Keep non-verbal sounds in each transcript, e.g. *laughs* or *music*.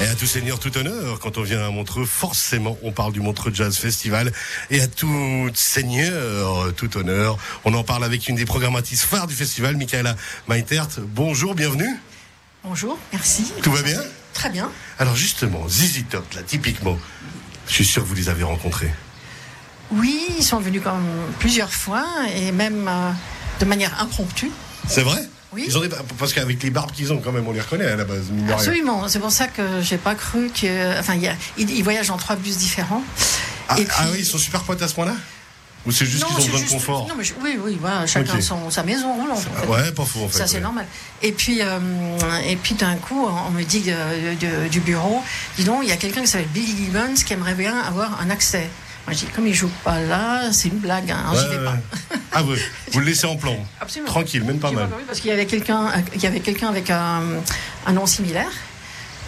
Et à tout seigneur, tout honneur, quand on vient à Montreux, forcément, on parle du Montreux Jazz Festival. Et à tout seigneur, tout honneur, on en parle avec une des programmatrices phares du festival, Michaela Maitert. Bonjour, bienvenue. Bonjour, merci. Tout va bien Très bien. Alors justement, Zizi Top, là, typiquement, je suis sûr que vous les avez rencontrés. Oui, ils sont venus quand même plusieurs fois et même euh, de manière impromptue. C'est vrai Oui. Ils ont des- Parce qu'avec les barbes qu'ils ont, quand même, on les reconnaît à la base, mine de rien. Absolument. C'est pour ça que j'ai pas cru que. Enfin, il y a- ils, ils voyagent en trois bus différents. Ah, Et puis- ah oui, ils sont super potes à ce point-là Ou c'est juste Non, qu'ils ont c'est besoin de juste- confort non, mais je- oui, oui, voilà, chacun Ok. son, sa maison roulante. en fait. Ouais, pas fou en fait. Ça, c'est ouais. normal. Et puis, euh, et puis d'un coup, on me dit euh, de- du bureau, dis donc, il y a quelqu'un qui s'appelle Billy Gibbons qui aimerait bien avoir un accès. Moi, je dis, comme il joue pas là, c'est une blague, hein, Ouais, j'y vais ouais, pas. ouais. Ah ouais, vous le laissez en plan. Absolument. Tranquille, même pas Tu vois, mal. bah oui, parce qu'il y avait quelqu'un, il y avait quelqu'un avec un, un nom similaire.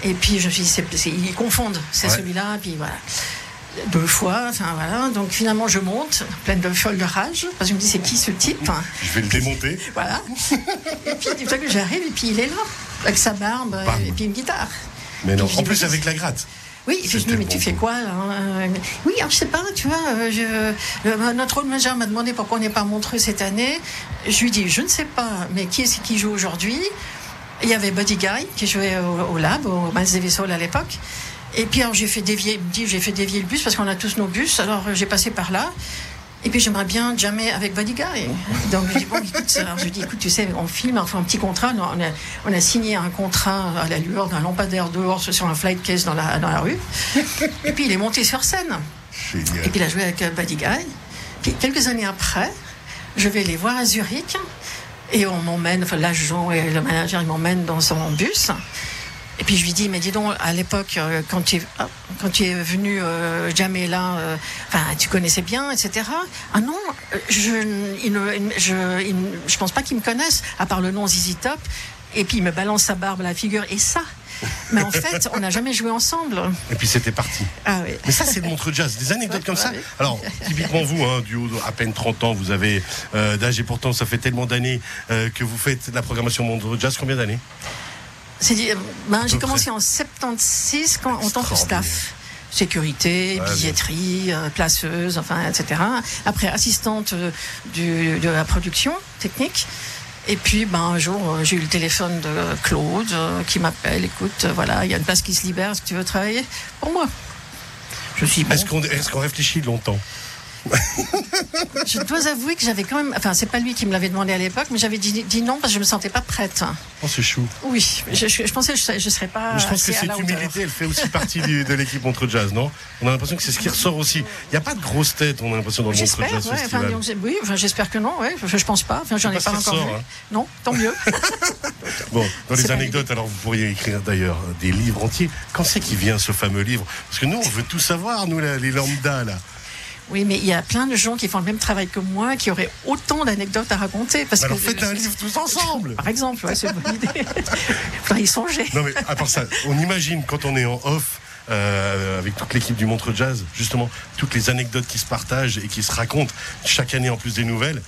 Et puis je me suis dit, c'est- c'est- ils confondent, c'est Ouais. celui-là. Puis voilà, deux fois. Enfin voilà. Donc finalement, je monte, pleine de folle de rage, parce que je me dis, c'est qui ce type hein Je vais le démonter. *laughs* Voilà. et puis tout à coup, j'arrive et puis il est là, avec sa barbe Bam. et puis une guitare. Mais non, Puis je en dis, plus mais avec la gratte. Oui, et puis je C'était dis, mais le tu bon fais goût. quoi là Euh, Oui, alors, je sais pas, tu vois, euh, je, le- notre old manager m'a demandé pourquoi on n'est pas à Montreux cette année. Je lui dis, je ne sais pas, mais qui est-ce qui joue aujourd'hui Il y avait Buddy Guy qui jouait au, au Lab, au Miles Davis Hall à l'époque. Et puis alors j'ai fait dévier, il me dit, j'ai fait dévier le bus parce qu'on a tous nos bus, alors euh, j'ai passé par là. Et puis j'aimerais bien jamais avec Buddy Guy. Donc je dis, bon, écoute, ça, alors, je dis, écoute, tu sais, on filme, on fait un petit contrat. On a, on a signé un contrat à la lueur d'un lampadaire dehors sur un flight case dans la, dans la rue. Et puis il est monté sur scène. Génial. Et puis il a joué avec euh, Buddy Guy. Puis quelques années après, je vais les voir à Zurich. Et on m'emmène, enfin l'agent et le manager, ils m'emmènent dans son bus. Et puis je lui dis, mais dis donc, à l'époque, euh, quand tu es, ah, quand tu es venu euh, jamais là, euh, enfin, tu connaissais bien, etc. Ah non, euh, je ne il ne- il ne- je, il ne- je pense pas qu'ils me connaissent, à part le nom Zizi Top. Et puis il me balance sa barbe à la figure, et ça. Mais en fait, on n'a jamais joué ensemble. Et puis c'était parti. Ah oui. Mais ça, c'est le montre jazz. Des anecdotes comme ça. Ouais, ouais. Alors, typiquement, vous, hein, du haut de- à peine 30 ans, vous avez euh, d'âge et pourtant, ça fait tellement d'années euh, que vous faites la programmation montre jazz. Combien d'années C'est dit, euh, ben, j'ai peu commencé en 76 quand, en tant que Extraordinaire. staff. Sécurité, Ouais, billetterie, euh, placeuse, enfin, etc. Après, assistante euh, du- de la production technique. Et puis, ben, un jour, euh, j'ai eu le téléphone de euh, Claude euh, qui m'appelle. Écoute, euh, voilà, il y a une place qui se libère. Est-ce que tu veux travailler pour moi Je me suis dit, bon, Est-ce qu'on est qu'on réfléchit longtemps je dois avouer que j'avais quand même. Enfin, c'est pas lui qui me l'avait demandé à l'époque, mais j'avais dit, dit non parce que je me sentais pas prête. Oh, c'est chou. Oui, je, je- je pensais que je, serais- je serais pas. Mais je pense que assez Ah, à cette la hauteur. humilité, elle fait aussi partie du- de l'équipe Montreux Jazz, non On a l'impression que c'est ce qui ressort aussi. Il n'y a pas de grosse tête, on a l'impression, dans le Montreux J'espère, Jazz ouais, enfin, Festival. donc, j'ai- oui, enfin, j'espère que non, ouais, je, je pense pas, enfin, j'en C'est ai pas pas, ce qui encore ressort, vu. hein. Non, tant mieux. *laughs* Bon, dans les C'est pas anecdotes, alors vous pourriez écrire d'ailleurs des livres entiers. Quand c'est qu'il vient ce fameux livre Parce que nous, on veut tout savoir, nous, la- les lambda, là. oui, mais il y a plein de gens qui font le même travail que moi, qui auraient autant d'anecdotes à raconter. Parce Bah, Alors que, faites un livre *laughs* tous ensemble Par exemple, ouais, c'est une *laughs* bonne idée. Faudrait y songer. Non, mais à part ça, on imagine quand on est en off. euh, avec toute l'équipe du Montreux Jazz, justement, toutes les anecdotes qui se partagent et qui se racontent chaque année en plus des nouvelles,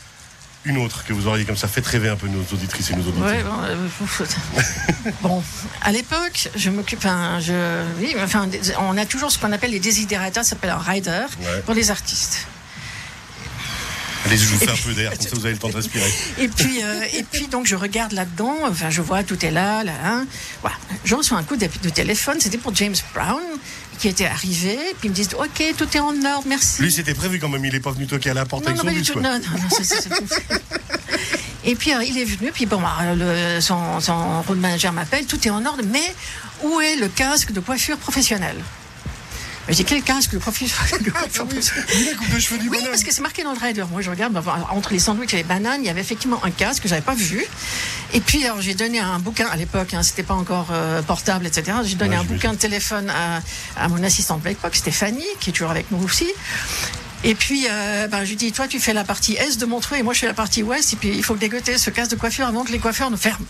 une autre que vous auriez comme ça, faites rêver un peu nos auditrices et nos auditeurs. Ouais, bon, euh, *laughs* bon, à l'époque, je m'occupe, enfin, je, oui, enfin, des- on a toujours ce qu'on appelle les désidératas, ça s'appelle un rider Ouais. pour les artistes. Allez, je vous fais un peu *laughs* d'air, comme ça vous avez le temps de respirer. Et puis, euh, et puis donc je regarde là-dedans, enfin je vois tout est là, là, hein. voilà. Je reçois un coup de, de téléphone, c'était pour James Brown qui était arrivé, puis ils me disent ok tout est en ordre, merci. Lui, c'était prévu quand même, il est pas venu toquer à la porte non, avec non, son pas du bus, tout. quoi. non, non, non, c'est- c'est- c'est- Et puis euh, il est venu, puis bon, bah, le- son, son road manager m'appelle, tout est en ordre, mais où est le casque de coiffure professionnelle Je dis quel casque de coiffure de coiffure professionnelle Il a la coupe de cheveux du oui, bonhomme. parce que c'est marqué dans le rider. Moi, je regarde, bah, voilà, entre les sandwichs et les bananes, il y avait effectivement un casque que j'avais pas vu. Et puis, alors, j'ai donné un bouquin à l'époque, hein, c'était pas encore euh, portable, etc. J'ai donné Ouais, un j'imagine. bouquin de téléphone à, à mon assistante de l'époque, Stéphanie, qui est toujours avec nous aussi. Et puis, euh, ben, je lui dis, toi, tu fais la partie est de Montreux et moi, je fais la partie ouest. Et puis, il faut *laughs* dégoter ce casque de coiffure avant que les coiffeurs ne ferment.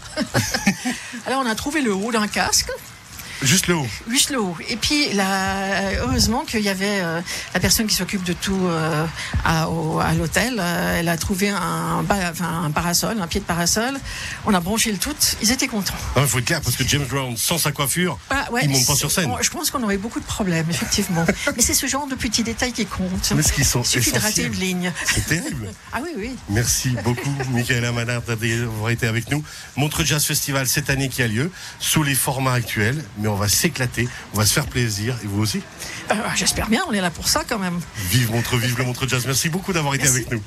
alors, on a trouvé le haut d'un casque. Juste le haut. Juste le haut. Et puis, là, heureusement qu'il y avait euh, la personne qui s'occupe de tout euh, à, au- à l'hôtel. euh, elle a trouvé un, ba- enfin, un parasol, un pied de parasol. On a branché le tout. Ils étaient contents. Il Ah, faut être clair, parce que James Brown, sans sa coiffure, Bah, ouais, il monte pas c'est- sur scène. on- je pense qu'on aurait beaucoup de problèmes, effectivement. *laughs* Mais c'est ce genre de petits détails qui comptent. Mais ce qu'ils sont Il suffit de rater essentiels. une ligne. C'est terrible. Ah oui, oui. Merci beaucoup, *laughs* Michaela Manard, d'avoir été avec nous. Montre Jazz Festival cette année qui a lieu, sous les formats actuels, mais on va s'éclater, on va se faire plaisir, et vous aussi. Euh, J'espère bien, on est là pour ça quand même. Vive Montre, vive le Montre Jazz. Merci beaucoup d'avoir été Merci. avec nous.